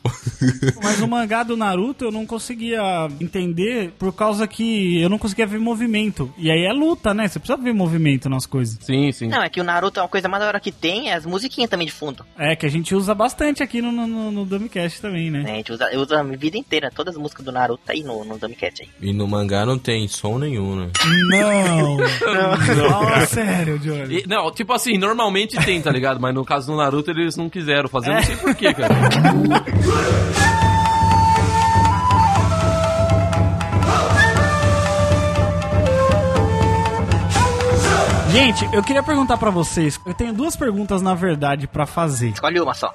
Speaker 2: Mas o mangá do Naruto eu não conseguia entender por causa que eu não conseguia ver movimento. E aí é luta, né? Você precisa ver movimento nas coisas.
Speaker 5: Sim, sim.
Speaker 3: Não, é que o Naruto é uma coisa mais da hora que tem, é as musiquinhas também de fundo.
Speaker 2: É, que a gente usa bastante aqui no, no, no, no Dumbcast também, né?
Speaker 3: Né, a gente usa, eu uso a minha vida inteira, todas as músicas do Naruto tá aí no, no Dumbcat aí.
Speaker 6: E no mangá não tem som nenhum, né?
Speaker 2: Não! Fala sério, Johnny.
Speaker 5: E- não, tipo assim, normalmente tem, tá ligado? Mas no caso do Naruto eles não quiseram fazer, eu não sei porquê, cara.
Speaker 2: Gente, eu queria perguntar pra vocês. Eu tenho duas perguntas, na verdade, pra fazer.
Speaker 3: Escolhe uma só.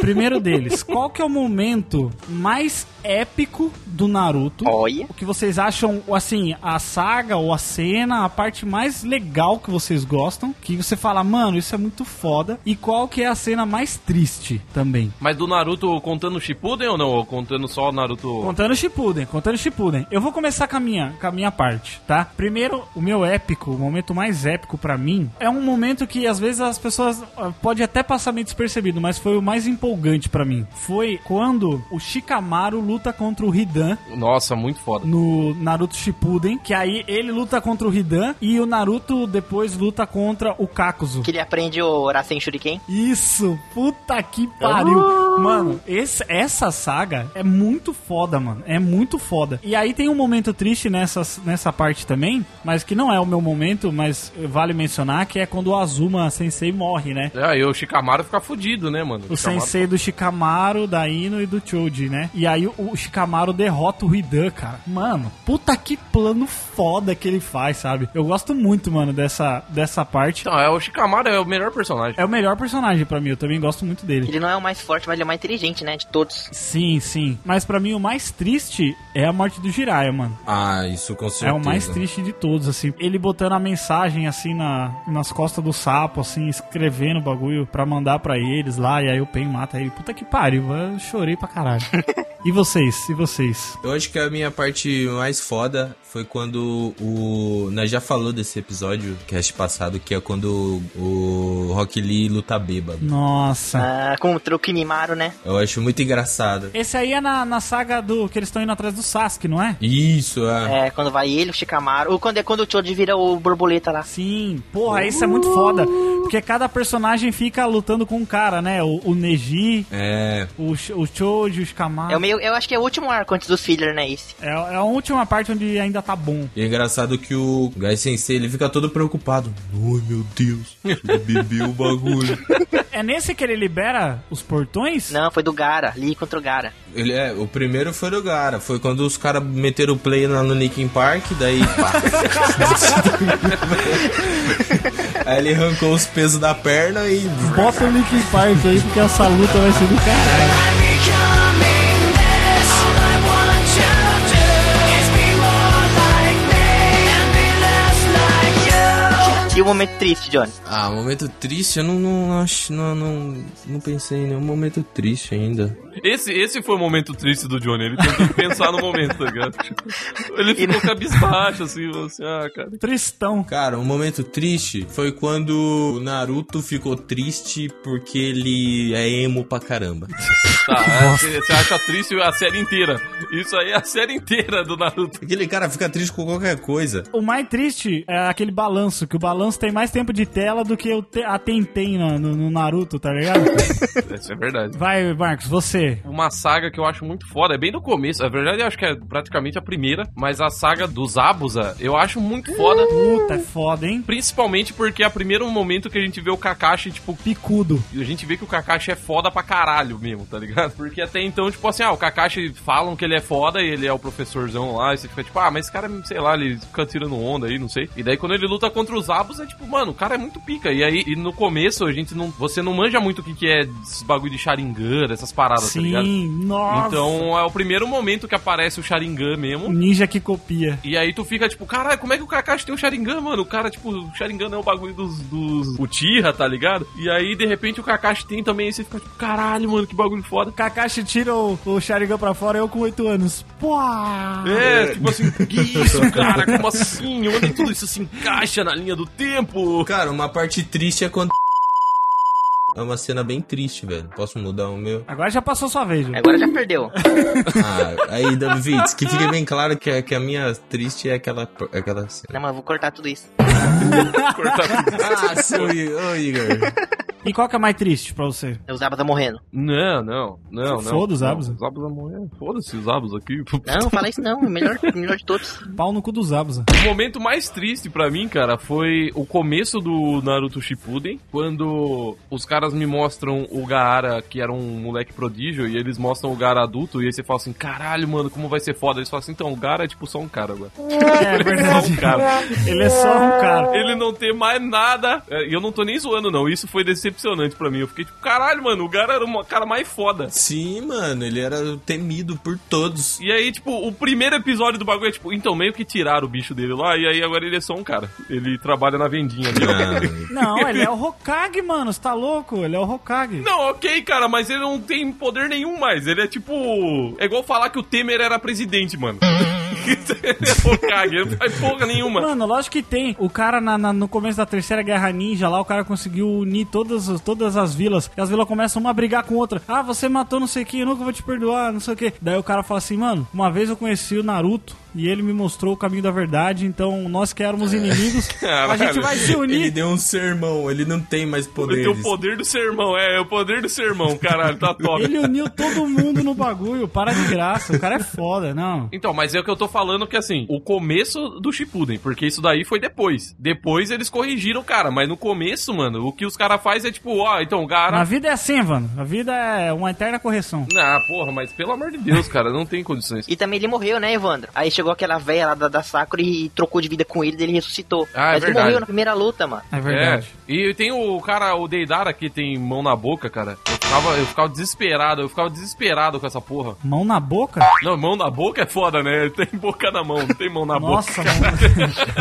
Speaker 2: Primeiro deles, qual que é o momento mais épico do Naruto?
Speaker 3: Olha.
Speaker 2: O que vocês acham, assim, a saga ou a cena, a parte mais legal que vocês gostam? Que você fala, mano, isso é muito foda. E qual que é a cena mais triste também?
Speaker 5: Mas do Naruto contando o Shippuden ou não? Ou contando só o Naruto...
Speaker 2: Contando Shippuden, contando Shippuden. Eu vou começar com a minha, com a minha parte, tá? Primeiro, o meu épico, o momento mais épico pra mim, é um momento que às vezes as pessoas ah, pode até passar meio despercebido, mas foi o mais empolgante pra mim. Foi quando o Shikamaru luta contra o Hidan
Speaker 5: Nossa, muito foda.
Speaker 2: no Naruto Shippuden, que aí ele luta contra o Hidan e o Naruto depois luta contra o Kakuzu.
Speaker 3: Que ele aprende o Rasen Shuriken.
Speaker 2: Isso, puta que pariu. Mano, esse- essa saga é muito foda, mano. É muito foda. E aí tem um momento triste nessa, nessa parte também, mas que não é o meu momento, mas vale mencionar, que é quando o Azuma Sensei morre, né?
Speaker 5: É, e o Shikamaru fica fudido, né, mano?
Speaker 2: O
Speaker 5: Shikamaru-
Speaker 2: sensei do Shikamaru, da Ino e do Choji, né? E aí o- o Shikamaru derrota o Hidan, cara. Mano, puta que plano foda que ele faz, sabe? Eu gosto muito, mano, dessa, dessa parte.
Speaker 5: Não, é, o Shikamaru é o melhor personagem.
Speaker 2: É o melhor personagem pra mim, eu também gosto muito dele.
Speaker 3: Ele não é o mais forte, mas ele é o mais inteligente, né? De todos.
Speaker 2: Sim, sim. Mas pra mim o mais triste é a morte do Jiraiya, mano.
Speaker 6: Ah, isso com certeza.
Speaker 2: É o mais triste de todos, assim. Ele botando a mensagem, assim, na, nas costas do sapo, assim, escrevendo o bagulho pra mandar pra eles lá, e aí o Pen mata ele. Puta que pariu, eu chorei pra caralho. e vocês? E vocês?
Speaker 6: Eu acho que a minha parte mais foda foi quando o. Nós já falou desse episódio, cast passado, que é quando o Rock Lee luta bêbado.
Speaker 2: Nossa.
Speaker 3: Ah, com o truque Mimaru, né?
Speaker 6: Eu acho muito engraçado.
Speaker 2: Esse aí é na, na saga do... que eles estão indo atrás do Sasuke, não é?
Speaker 6: Isso, é.
Speaker 3: É, quando vai ele, o Shikamaru. Ou quando, é quando o Choji vira o borboleta lá.
Speaker 2: Sim, porra, isso é muito foda.
Speaker 6: Uh!
Speaker 2: Porque cada personagem fica lutando com um cara, né? O, o Neji,
Speaker 6: É.
Speaker 2: o, Sh- o Choji, o Shikamaru.
Speaker 3: É o meio, eu acho que é o último arco antes dos filler, né? Esse.
Speaker 2: É, é a última parte onde ainda tá bom.
Speaker 6: E é engraçado que o Gai Sensei ele fica todo preocupado. Ai meu Deus, ele bebeu o bagulho.
Speaker 2: É nesse que ele libera os portões?
Speaker 3: Não, foi do Gara, Lee contra o Gara.
Speaker 6: Ele é, o primeiro foi do Gara, foi quando os caras meteram o play lá no Linkin Park, daí pá. Aí ele arrancou os pesos da perna e.
Speaker 2: Bota o Linkin Park aí, porque essa luta vai ser do caralho.
Speaker 3: E o momento triste, Johnny.
Speaker 6: Ah, momento triste, eu não, não acho. Não, não, não pensei em nenhum momento triste ainda.
Speaker 5: Esse, esse foi o momento triste do Johnny. Ele tentou pensar no momento, tá ligado? Ele ficou cabisbaixo, assim, falou assim, ah, cara.
Speaker 2: Tristão.
Speaker 6: Cara, um momento triste foi quando o Naruto ficou triste porque ele é emo pra caramba.
Speaker 5: Tá, você você acha triste a série inteira. Isso aí é a série inteira do Naruto.
Speaker 6: Aquele cara fica triste com qualquer coisa.
Speaker 2: O mais triste é aquele balanço, que o balanço tem mais tempo de tela do que o te- a Tenten no, no- no Naruto, tá ligado?
Speaker 5: Isso é verdade.
Speaker 2: Vai, Marcos, você.
Speaker 5: Uma saga que eu acho muito foda, é bem do começo. Na verdade, eu acho que é praticamente a primeira, mas a saga dos Abusa eu acho muito foda.
Speaker 2: Puta, é foda, hein?
Speaker 5: Principalmente porque é o primeiro momento que a gente vê o Kakashi, tipo,
Speaker 2: Picudo.
Speaker 5: e a gente vê que o Kakashi é foda pra caralho mesmo, tá ligado? ligado? Porque até então, tipo assim, ah, o Kakashi falam que ele é foda e ele é o professorzão lá, e você fica tipo, ah, mas esse cara, sei lá, ele fica tirando onda aí, não sei. E daí quando ele luta contra os Abos, é tipo, mano, o cara é muito pica. E aí, e no começo, a gente não. Você não manja muito o que, que é esse bagulho de Sharingan, essas paradas, tá ligado?
Speaker 2: Sim, nossa. Um
Speaker 5: Então é o primeiro momento que aparece o Sharingan mesmo.
Speaker 2: Ninja que copia.
Speaker 5: E aí tu fica tipo, caralho, como é que o Kakashi tem o Sharingan, mano? O cara, tipo, o Sharingan é o bagulho dos. dos Uchiha, tá ligado? E aí, de repente, o Kakashi tem também, e você fica tipo, caralho, mano, que bagulho foda.
Speaker 2: Kakashi tira o, o Sharingan pra fora, eu com 8 anos. Pô!
Speaker 5: É, tipo assim, que isso, cara? Como assim? Onde tudo isso se encaixa na linha do tempo?
Speaker 6: Cara, uma parte triste é quando. É uma cena bem triste, velho. Posso mudar o meu?
Speaker 2: Agora já passou sua vez,
Speaker 5: É.
Speaker 2: Ju.
Speaker 3: Agora já perdeu.
Speaker 6: Ah, aí, David, que fique bem claro que, a- que a minha triste é aquela, aquela cena.
Speaker 3: Não, mas eu vou cortar tudo isso.
Speaker 6: Ah, seu I- ô, Igor.
Speaker 2: E qual que é mais triste pra você?
Speaker 3: Os Abas tá morrendo.
Speaker 5: Não, não, não, não.
Speaker 2: Foda os
Speaker 5: não.
Speaker 2: Abus.
Speaker 5: Os Abus vão morrer. Foda-se os Abus aqui.
Speaker 3: Não, fala isso não. é o Melhor, o melhor de todos.
Speaker 2: Pau no cu dos abos. ó.
Speaker 5: O momento mais triste pra mim, cara, foi o começo do Naruto Shippuden, quando os caras me mostram o Gaara, que era um moleque prodígio, e eles mostram o Gaara adulto, e aí você fala assim, caralho, mano, como vai ser foda. Eles falam assim, então, o Gaara é tipo só um cara agora.
Speaker 2: É
Speaker 5: Ele é só um
Speaker 2: verdade.
Speaker 5: cara.
Speaker 2: Ele é só um cara.
Speaker 5: Ele não tem mais nada. É, E eu não tô nem zoando, não. Isso foi decepcionante pra mim. Eu fiquei tipo, caralho, mano, o Gaara era o cara mais foda.
Speaker 6: Sim, mano, ele era temido por todos.
Speaker 5: E aí, tipo, o primeiro episódio do bagulho é tipo, então meio que tiraram o bicho dele lá, e aí agora ele é só um cara. Ele trabalha na vendinha ali. ó.
Speaker 6: Ah,
Speaker 2: Não, ele é o Hokage, mano. Você tá louco? Ele é o Hokage.
Speaker 5: Não, ok, cara, mas ele não tem poder nenhum mais. Ele é tipo. É igual falar que o Temer era presidente, mano. ele é Hokage, ele não faz porra nenhuma.
Speaker 2: Mano, lógico que tem. O cara na- na- no começo da terceira guerra ninja lá, o cara conseguiu unir todas, as- todas as vilas. E as vilas começam uma a brigar com outra. Ah, você matou não sei quem, eu nunca vou te perdoar, não sei o que. Daí o cara fala assim, mano, uma vez eu conheci o Naruto e ele me mostrou o caminho da verdade, então nós que éramos inimigos, a gente vai se
Speaker 6: ele
Speaker 2: unir.
Speaker 6: deu um sermão, ele não tem mais
Speaker 5: Ele
Speaker 6: poderes.
Speaker 5: tem o poder do sermão, é, é o poder do sermão, caralho, tá top.
Speaker 2: Ele uniu todo mundo no bagulho, para de graça. O cara é foda, não.
Speaker 5: Então, mas é o que eu tô falando que assim, o começo do Shippuden, porque isso daí foi depois. Depois eles corrigiram o cara, mas no começo, mano, o que os caras fazem é tipo, ó, então o cara.
Speaker 2: A vida é assim, mano. A vida é uma eterna correção.
Speaker 5: Ah, porra, mas pelo amor de Deus, cara, não tem condições.
Speaker 3: E também ele morreu, né, Evandro? Aí chegou aquela velha lá da, da Sakura e trocou de vida com ele, daí ele ressuscitou.
Speaker 5: Ah, é
Speaker 3: Mas ele
Speaker 5: verdade.
Speaker 3: morreu na primeira luta, mano.
Speaker 2: É verdade.
Speaker 5: É. E tem o cara, o Deidara, que tem mão na boca, cara. Eu ficava, eu ficava desesperado, eu ficava desesperado com essa porra.
Speaker 2: É. Mão na boca?
Speaker 5: Não, mão na boca é foda, né? Tem boca na mão, não tem mão na
Speaker 2: Nossa,
Speaker 5: boca.
Speaker 2: mano.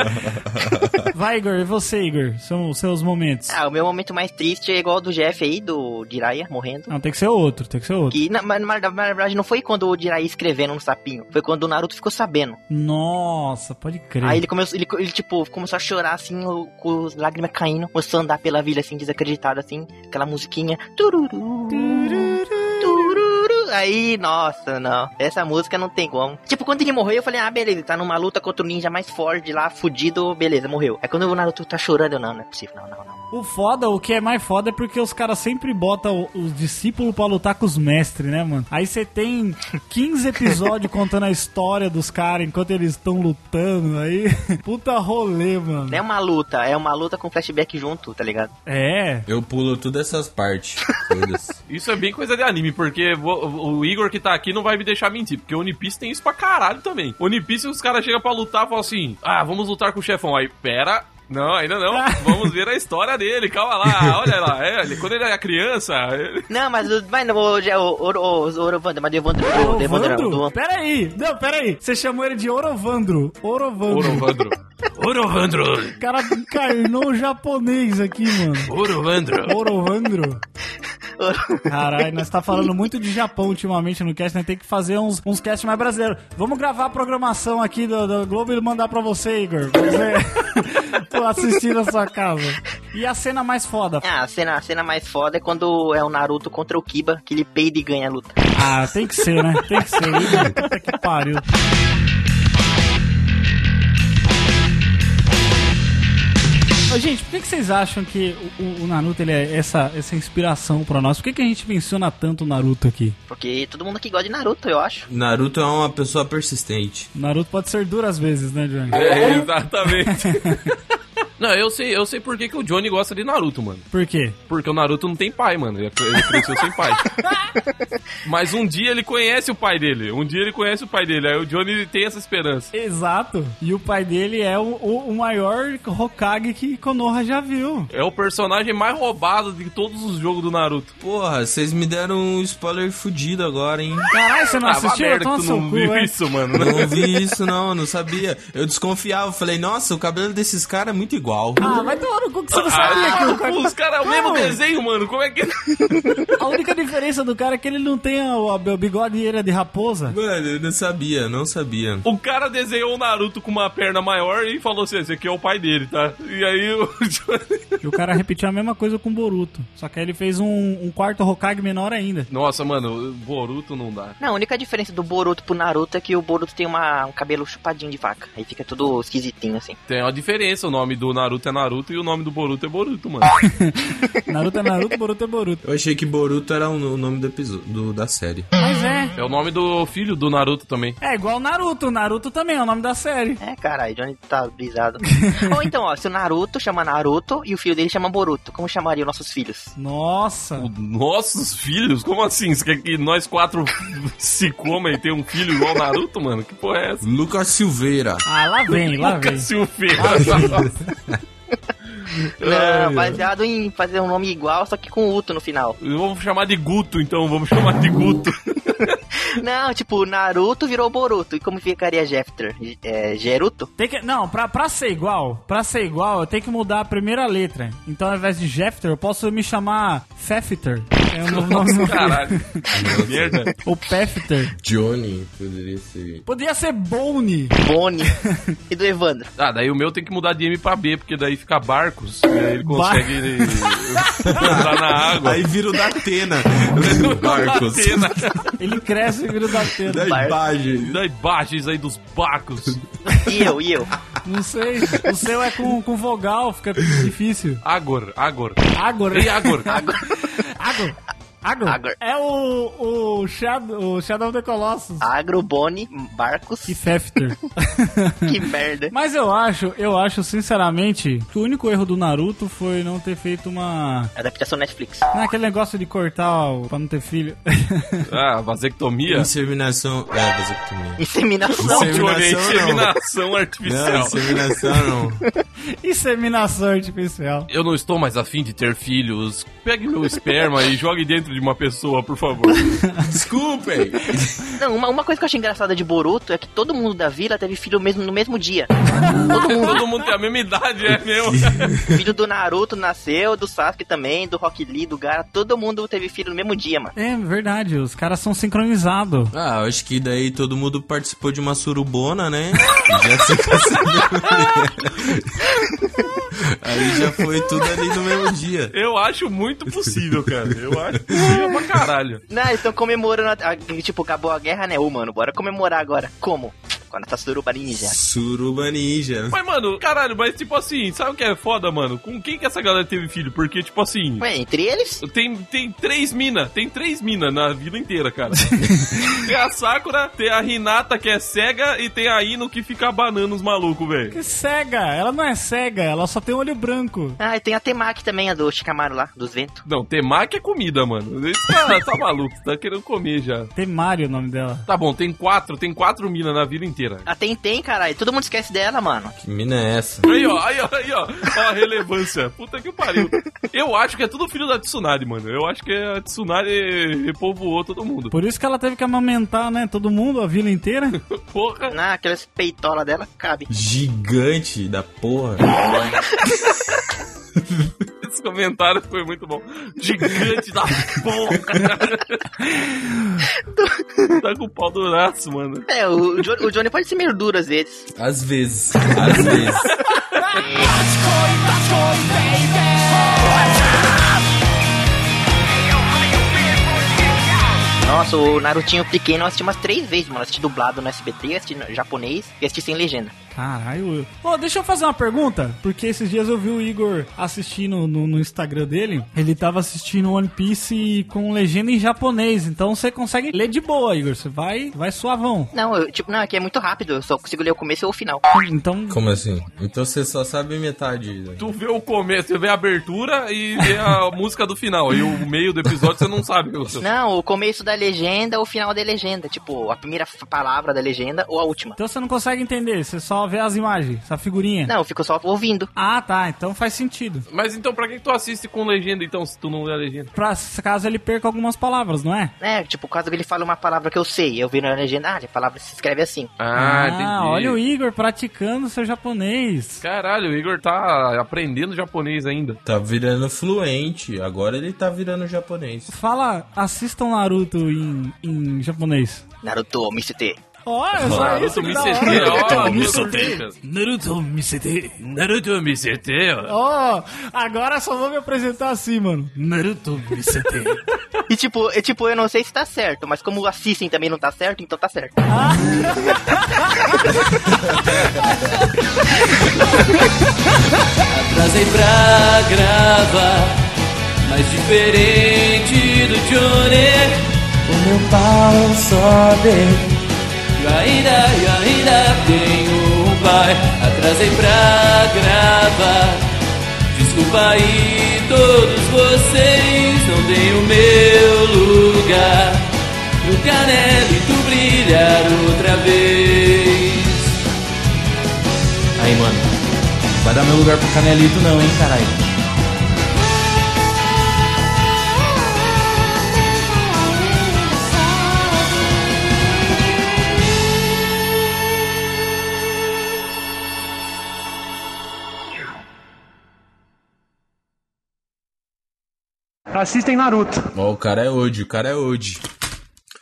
Speaker 2: Vai, Igor, e você, Igor? São os seus momentos.
Speaker 3: Ah, o meu momento mais triste é igual ao do Jeff aí, do Jiraiya, morrendo.
Speaker 2: Não, tem que ser outro, tem que ser outro.
Speaker 3: Que, na, mas, mas, na verdade, não foi quando o Jiraiya escrevendo no sapinho. Foi quando o Naruto ficou sabendo.
Speaker 2: Nossa, pode crer.
Speaker 3: Aí ele começou, ele, ele, tipo, começou a chorar, assim, o- com as lágrimas caindo. Começou a andar pela vila, assim, desacreditado, assim. Aquela musiquinha. Tururu, tururu. Aí, nossa, não. Essa música não tem como. Tipo, quando ele morreu, eu falei, ah, beleza, ele tá numa luta contra o ninja mais forte lá, fudido, beleza, morreu. Aí quando o Naruto tá chorando, eu, não, não é possível, não, não, não.
Speaker 2: O foda, o que é mais foda é porque os caras sempre botam o- os discípulos pra lutar com os mestres, né, mano? Aí você tem 15 episódios contando a história dos caras enquanto eles estão lutando. Aí, puta rolê, mano.
Speaker 3: Não é uma luta, é uma luta com flashback junto, tá ligado?
Speaker 2: É.
Speaker 6: Eu pulo todas essas partes. Foda-se.
Speaker 5: Isso é bem coisa de anime, porque vo- o Igor que tá aqui não vai me deixar mentir, porque o One Piece tem isso pra caralho também. O One Piece, os caras chegam pra lutar e falam assim: ah, vamos lutar com o chefão. Aí, pera. Não, ainda não. Vamos ver a história dele, calma lá. Olha lá, é, ele- quando ele era criança, ele-
Speaker 3: Não, mas o. Mas não, o. O. O. O. Orovandro, mas o Evandro. O Evandro não,
Speaker 2: Orovandro?
Speaker 3: do-
Speaker 2: Pera aí. Não, pera aí. Você chamou ele de Orovandro. Orovandro.
Speaker 5: Orovandro. Orovandro.
Speaker 2: O cara encarnou o japonês aqui, mano.
Speaker 5: Orovandro.
Speaker 2: Orovandro?
Speaker 3: Oro-
Speaker 2: Caralho, nós tá falando muito de Japão ultimamente no cast, né? Tem que fazer uns, uns cast mais brasileiros. Vamos gravar a programação aqui do, do Globo e mandar pra você, Igor. Pra você pra assistir na sua casa. E a cena mais foda?
Speaker 3: Ah, a cena, a cena mais foda é quando é o Naruto contra o Kiba, que ele peida e ganha a luta.
Speaker 2: Ah, tem que ser, né? Tem que ser. Igor, Puta que pariu. Ô, gente, por que, que vocês acham que o, o- o Naruto ele é essa, essa inspiração pra nós? Por que, que a gente menciona tanto o Naruto aqui?
Speaker 3: Porque todo mundo aqui gosta de Naruto, eu acho.
Speaker 6: Naruto é uma pessoa persistente.
Speaker 2: O Naruto pode ser duro às vezes, né, Johnny?
Speaker 5: É, exatamente. É. Não, eu sei, eu sei por que, que o Johnny gosta de Naruto, mano.
Speaker 2: Por quê?
Speaker 5: Porque o Naruto não tem pai, mano. Ele ele cresceu sem pai. Mas um dia ele conhece o pai dele. Um dia ele conhece o pai dele. Aí o Johnny tem essa esperança.
Speaker 2: Exato. E o pai dele é o, o- o maior Hokage que Konoha já viu.
Speaker 5: É o personagem mais roubado de todos os jogos do Naruto.
Speaker 6: Porra, vocês me deram um spoiler fudido agora, hein?
Speaker 2: Caralho, você não
Speaker 5: Ah, vá
Speaker 2: assistiu?
Speaker 5: merda
Speaker 2: Toma
Speaker 5: que tu não
Speaker 2: seu cu,
Speaker 5: viu
Speaker 2: é.
Speaker 5: isso, mano.
Speaker 6: Não vi isso, não, não sabia. Eu desconfiava, falei, nossa, o cabelo desses caras é muito igual.
Speaker 2: Ah, vai tomar no cu que você não sabia que
Speaker 5: Ah,
Speaker 2: o cara...
Speaker 5: os caras, é o mesmo
Speaker 2: Não.
Speaker 5: desenho, mano. Como é que.
Speaker 2: A única diferença do cara é que ele não tem a, a, a bigodeira é de raposa.
Speaker 6: Mano, eu não sabia, não sabia.
Speaker 5: O cara desenhou o Naruto com uma perna maior e falou assim: esse aqui é o pai dele, tá? E aí o Johnny.
Speaker 2: E o cara repetiu a mesma coisa com o Boruto. Só que aí ele fez um, um quarto Hokage menor ainda.
Speaker 5: Nossa, mano, o Boruto não dá.
Speaker 3: Não, a única diferença do Boruto pro Naruto é que o Boruto tem uma, um cabelo chupadinho de vaca. Aí fica tudo esquisitinho, assim.
Speaker 5: Tem uma diferença, o nome do Naruto é Naruto e o nome do Boruto é Boruto, mano.
Speaker 2: Naruto é Naruto, Boruto é Boruto.
Speaker 6: Eu achei que Boruto era o nome do episódio, do- da série.
Speaker 2: Mas é.
Speaker 5: É o nome do filho do Naruto também.
Speaker 2: É igual Naruto. Naruto também é o nome da série.
Speaker 3: É, caralho, Johnny tá brisado. Ou então, ó, se o Naruto chama Naruto e o filho dele chama Boruto, como chamariam nossos filhos?
Speaker 2: Nossa.
Speaker 5: O- Nossos filhos? Como assim? Você quer que nós quatro se coma e tenha um filho igual o Naruto, mano? Que porra é essa?
Speaker 6: Lucas Silveira.
Speaker 2: Ah, lá vem, lá vem.
Speaker 5: Silveira.
Speaker 3: Não, baseado em fazer um nome igual, só que com Uto no final.
Speaker 5: Vamos chamar de Guto, então. Vamos chamar de Guto.
Speaker 3: Não, tipo, Naruto virou Boruto. E como ficaria Jeffter? É, Geruto?
Speaker 2: Tem que, não, pra, pra ser igual, pra ser igual, eu tenho que mudar a primeira letra. Então, ao invés de Jefter, eu posso me chamar Fefter. É o meu nome.
Speaker 5: Caralho. Merda.
Speaker 2: Ou Pefter.
Speaker 6: Johnny, poderia ser.
Speaker 2: Podia ser Bone.
Speaker 3: Boni. e do Evandro.
Speaker 5: Ah, daí o meu tem que mudar de M pra B, porque daí fica barcos. E aí ele consegue entrar na água.
Speaker 6: Aí vira o da Atena. Marcos.
Speaker 5: Atena.
Speaker 2: Ele cresce e vira o da
Speaker 6: Da
Speaker 2: tela.
Speaker 6: imagem.
Speaker 5: Daí baixas aí dos barcos.
Speaker 3: E eu, e eu.
Speaker 2: Não sei. O seu é com, com vogal, fica difícil.
Speaker 5: Agor, agor.
Speaker 2: Agora.
Speaker 5: Ei, agor.
Speaker 2: Agora. Agora.
Speaker 3: Agora.
Speaker 2: É o, o, Shadow, o Shadow of the Colossus.
Speaker 3: Agro, Boni, Barcos.
Speaker 2: E Fefter.
Speaker 3: Que merda.
Speaker 2: Mas eu acho, eu acho sinceramente que o único erro do Naruto foi não ter feito uma
Speaker 3: Adaptação Netflix.
Speaker 2: Não, aquele negócio de cortar o... pra não ter filho.
Speaker 5: Ah, vasectomia.
Speaker 6: Inseminação. É, vasectomia.
Speaker 3: Inseminação.
Speaker 5: Não, Johnny, é
Speaker 6: Inseminação, não.
Speaker 5: inseminação
Speaker 6: Não,
Speaker 5: artificial.
Speaker 6: inseminação não.
Speaker 2: Inseminação artificial.
Speaker 5: Eu não estou mais afim de ter filhos. Pegue meu esperma e jogue dentro de uma pessoa, por favor.
Speaker 6: Desculpem.
Speaker 3: Não, uma, uma coisa que eu achei engraçada de Boruto é que todo mundo da vila teve filho mesmo no mesmo dia. todo mundo.
Speaker 5: Todo mundo tem a mesma idade, é mesmo.
Speaker 3: filho do Naruto nasceu, do Sasuke também, do Rock Lee, do Gara. Todo mundo teve filho no mesmo dia, mano.
Speaker 2: É verdade, os caras são sincronizados.
Speaker 6: Ah, eu acho que daí todo mundo participou de uma surubona, né? E já se casou. Aí já foi tudo ali no mesmo dia.
Speaker 5: Eu acho muito possível, cara. Eu acho possível pra caralho.
Speaker 3: Não, eles estão comemorando. a- a- tipo, acabou a guerra, né? Ô, mano, bora comemorar agora. Como? Com a nossa suruba ninja.
Speaker 6: Suruba ninja.
Speaker 5: Mas, mano, caralho, mas tipo assim, sabe o que é foda, mano? Com quem que essa galera teve filho? Porque, tipo assim.
Speaker 3: Ué, entre eles?
Speaker 5: Tem, tem três minas, tem três minas na vida inteira, cara. tem a Sakura, tem a Hinata que é cega e tem a Ino que fica abanando os malucos, velho.
Speaker 2: Que cega, ela não é cega, ela só tem olho branco.
Speaker 3: Ah, e tem a Temaki também, a do Shikamaru lá, dos ventos.
Speaker 5: Não, temaki é comida, mano. Isso Tá, tá maluco, tá querendo comer já.
Speaker 2: Tem Mario é o nome dela.
Speaker 5: Tá bom, tem quatro, tem quatro minas na vida inteira.
Speaker 3: A Tenten, caralho. Todo mundo esquece dela, mano.
Speaker 6: Que mina é essa?
Speaker 5: Aí, ó, aí, ó, aí, ó, ó a relevância. Puta que pariu. Eu acho que é tudo filho da Tsunade, mano. Eu acho que a Tsunade repovoou todo mundo.
Speaker 2: Por isso que ela teve que amamentar, né? Todo mundo, a vila inteira.
Speaker 5: Porra.
Speaker 3: Ah, aquelas peitola dela cabe.
Speaker 6: Gigante da porra.
Speaker 5: Esse comentário foi muito bom. Gigante da porra. tá com o pau duraço, mano.
Speaker 3: É, o, Jo- o Johnny pode ser meio duro às vezes.
Speaker 6: Às vezes. Às vezes.
Speaker 3: Nossa, o Narutinho pequeno eu assisti umas três vezes, mano. Eu Assisti dublado no SBT, assisti no japonês e assisti sem legenda.
Speaker 2: Caralho. Ô, deixa eu fazer uma pergunta, porque esses dias eu vi o Igor assistindo no, no Instagram dele. Ele tava assistindo One Piece com legenda em japonês, então você consegue ler de boa, Igor. Você vai, vai suavão.
Speaker 3: Não, eu, tipo, não, é que é muito rápido, eu só consigo ler o começo ou o final.
Speaker 2: Então.
Speaker 6: Como assim? Então você só sabe metade. né?
Speaker 5: Tu vê o começo, tu vê a abertura e vê a música do final. E o meio do episódio você não sabe. Wilson.
Speaker 3: Não, o começo da legenda ou o final da legenda. Tipo, a primeira f- palavra da legenda ou a última.
Speaker 2: Então você não consegue entender, você só vê as imagens, essa figurinha.
Speaker 3: Não, eu fico só ouvindo.
Speaker 2: Ah, tá, então faz sentido.
Speaker 5: Mas então, pra que que tu assiste com legenda, então, se tu não lê a legenda?
Speaker 2: Pra caso ele perca algumas palavras, não é?
Speaker 3: É, tipo, caso ele fale uma palavra que eu sei, eu vi na legenda, ah, a palavra se escreve assim.
Speaker 5: Ah, entendi.
Speaker 2: olha o Igor praticando seu japonês.
Speaker 5: Caralho, o Igor tá aprendendo japonês ainda.
Speaker 6: Tá virando fluente. Agora ele tá virando japonês.
Speaker 2: Fala, assistam Naruto em, em japonês.
Speaker 3: Naruto, Misute.
Speaker 2: Olha, é só
Speaker 5: Naruto
Speaker 2: isso, que
Speaker 5: Ah, me
Speaker 2: da
Speaker 5: CT,
Speaker 2: hora.
Speaker 5: ó.
Speaker 2: Naruto Misete.
Speaker 5: Naruto me CT, ó.
Speaker 2: Ó, agora só vou me apresentar assim, mano. Naruto Misete.
Speaker 3: E tipo, eu, tipo, eu não sei se tá certo, mas como assistem também não tá certo, então tá certo.
Speaker 10: Atrasei pra gravar, mas diferente do Johnny, o meu pau sobe. Eu ainda, eu ainda tenho um pai. Atrasei pra gravar, desculpa aí todos vocês, não dei o meu lugar. No canelo e tu brilhar outra vez. Aí, mano. Vai dar meu lugar pro Canelito não, hein, caralho.
Speaker 9: Assistem Naruto.
Speaker 6: Ó, o cara é hoje, o cara é hoje.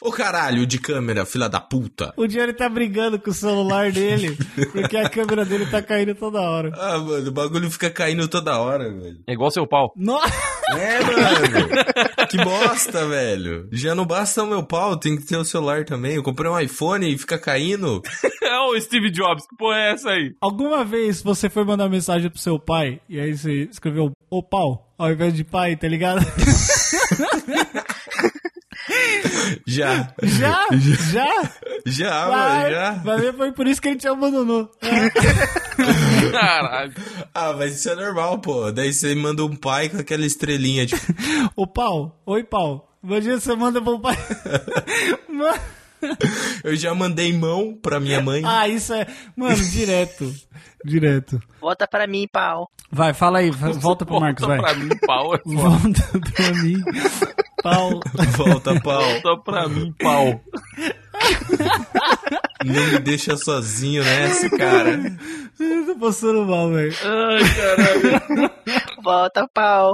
Speaker 6: Ô caralho, de câmera, filha da puta.
Speaker 2: O Johnny tá brigando com o celular dele, porque a câmera dele tá caindo toda hora.
Speaker 6: Ah, mano, o bagulho fica caindo toda hora, velho.
Speaker 5: É igual seu pau.
Speaker 2: Nossa!
Speaker 6: É, mano. que bosta, velho. Já não basta o meu pau, tem que ter o celular também. Eu comprei um iPhone e fica caindo.
Speaker 5: É o Steve Jobs, que porra é essa aí?
Speaker 2: Alguma vez você foi mandar mensagem pro seu pai e aí você escreveu o pau ao invés de pai, tá ligado?
Speaker 6: Já.
Speaker 2: Já? Já? Ah,
Speaker 6: Já,
Speaker 2: Vai,
Speaker 6: mano, já.
Speaker 2: vai ver, foi por isso que ele te abandonou.
Speaker 5: Caralho.
Speaker 6: Ah, mas isso é normal, pô. Daí você manda um pai com aquela estrelinha, tipo,
Speaker 2: O pau, oi pau. Imagina você manda pro pai. Mano,
Speaker 6: eu já mandei mão pra minha mãe.
Speaker 2: ah, isso é. Mano, direto. Direto.
Speaker 3: Volta pra mim, pau.
Speaker 2: Vai, fala aí, fa- volta Tá pro Marcos, vai.
Speaker 5: Volta pra mim, pau. é foda.
Speaker 2: Volta pra mim. Pau.
Speaker 6: Volta, pau.
Speaker 5: Volta pra mim, pau.
Speaker 6: Não me deixa sozinho nessa, cara.
Speaker 2: Eu tô passando mal, velho.
Speaker 5: Ai, caralho.
Speaker 3: Volta, pau.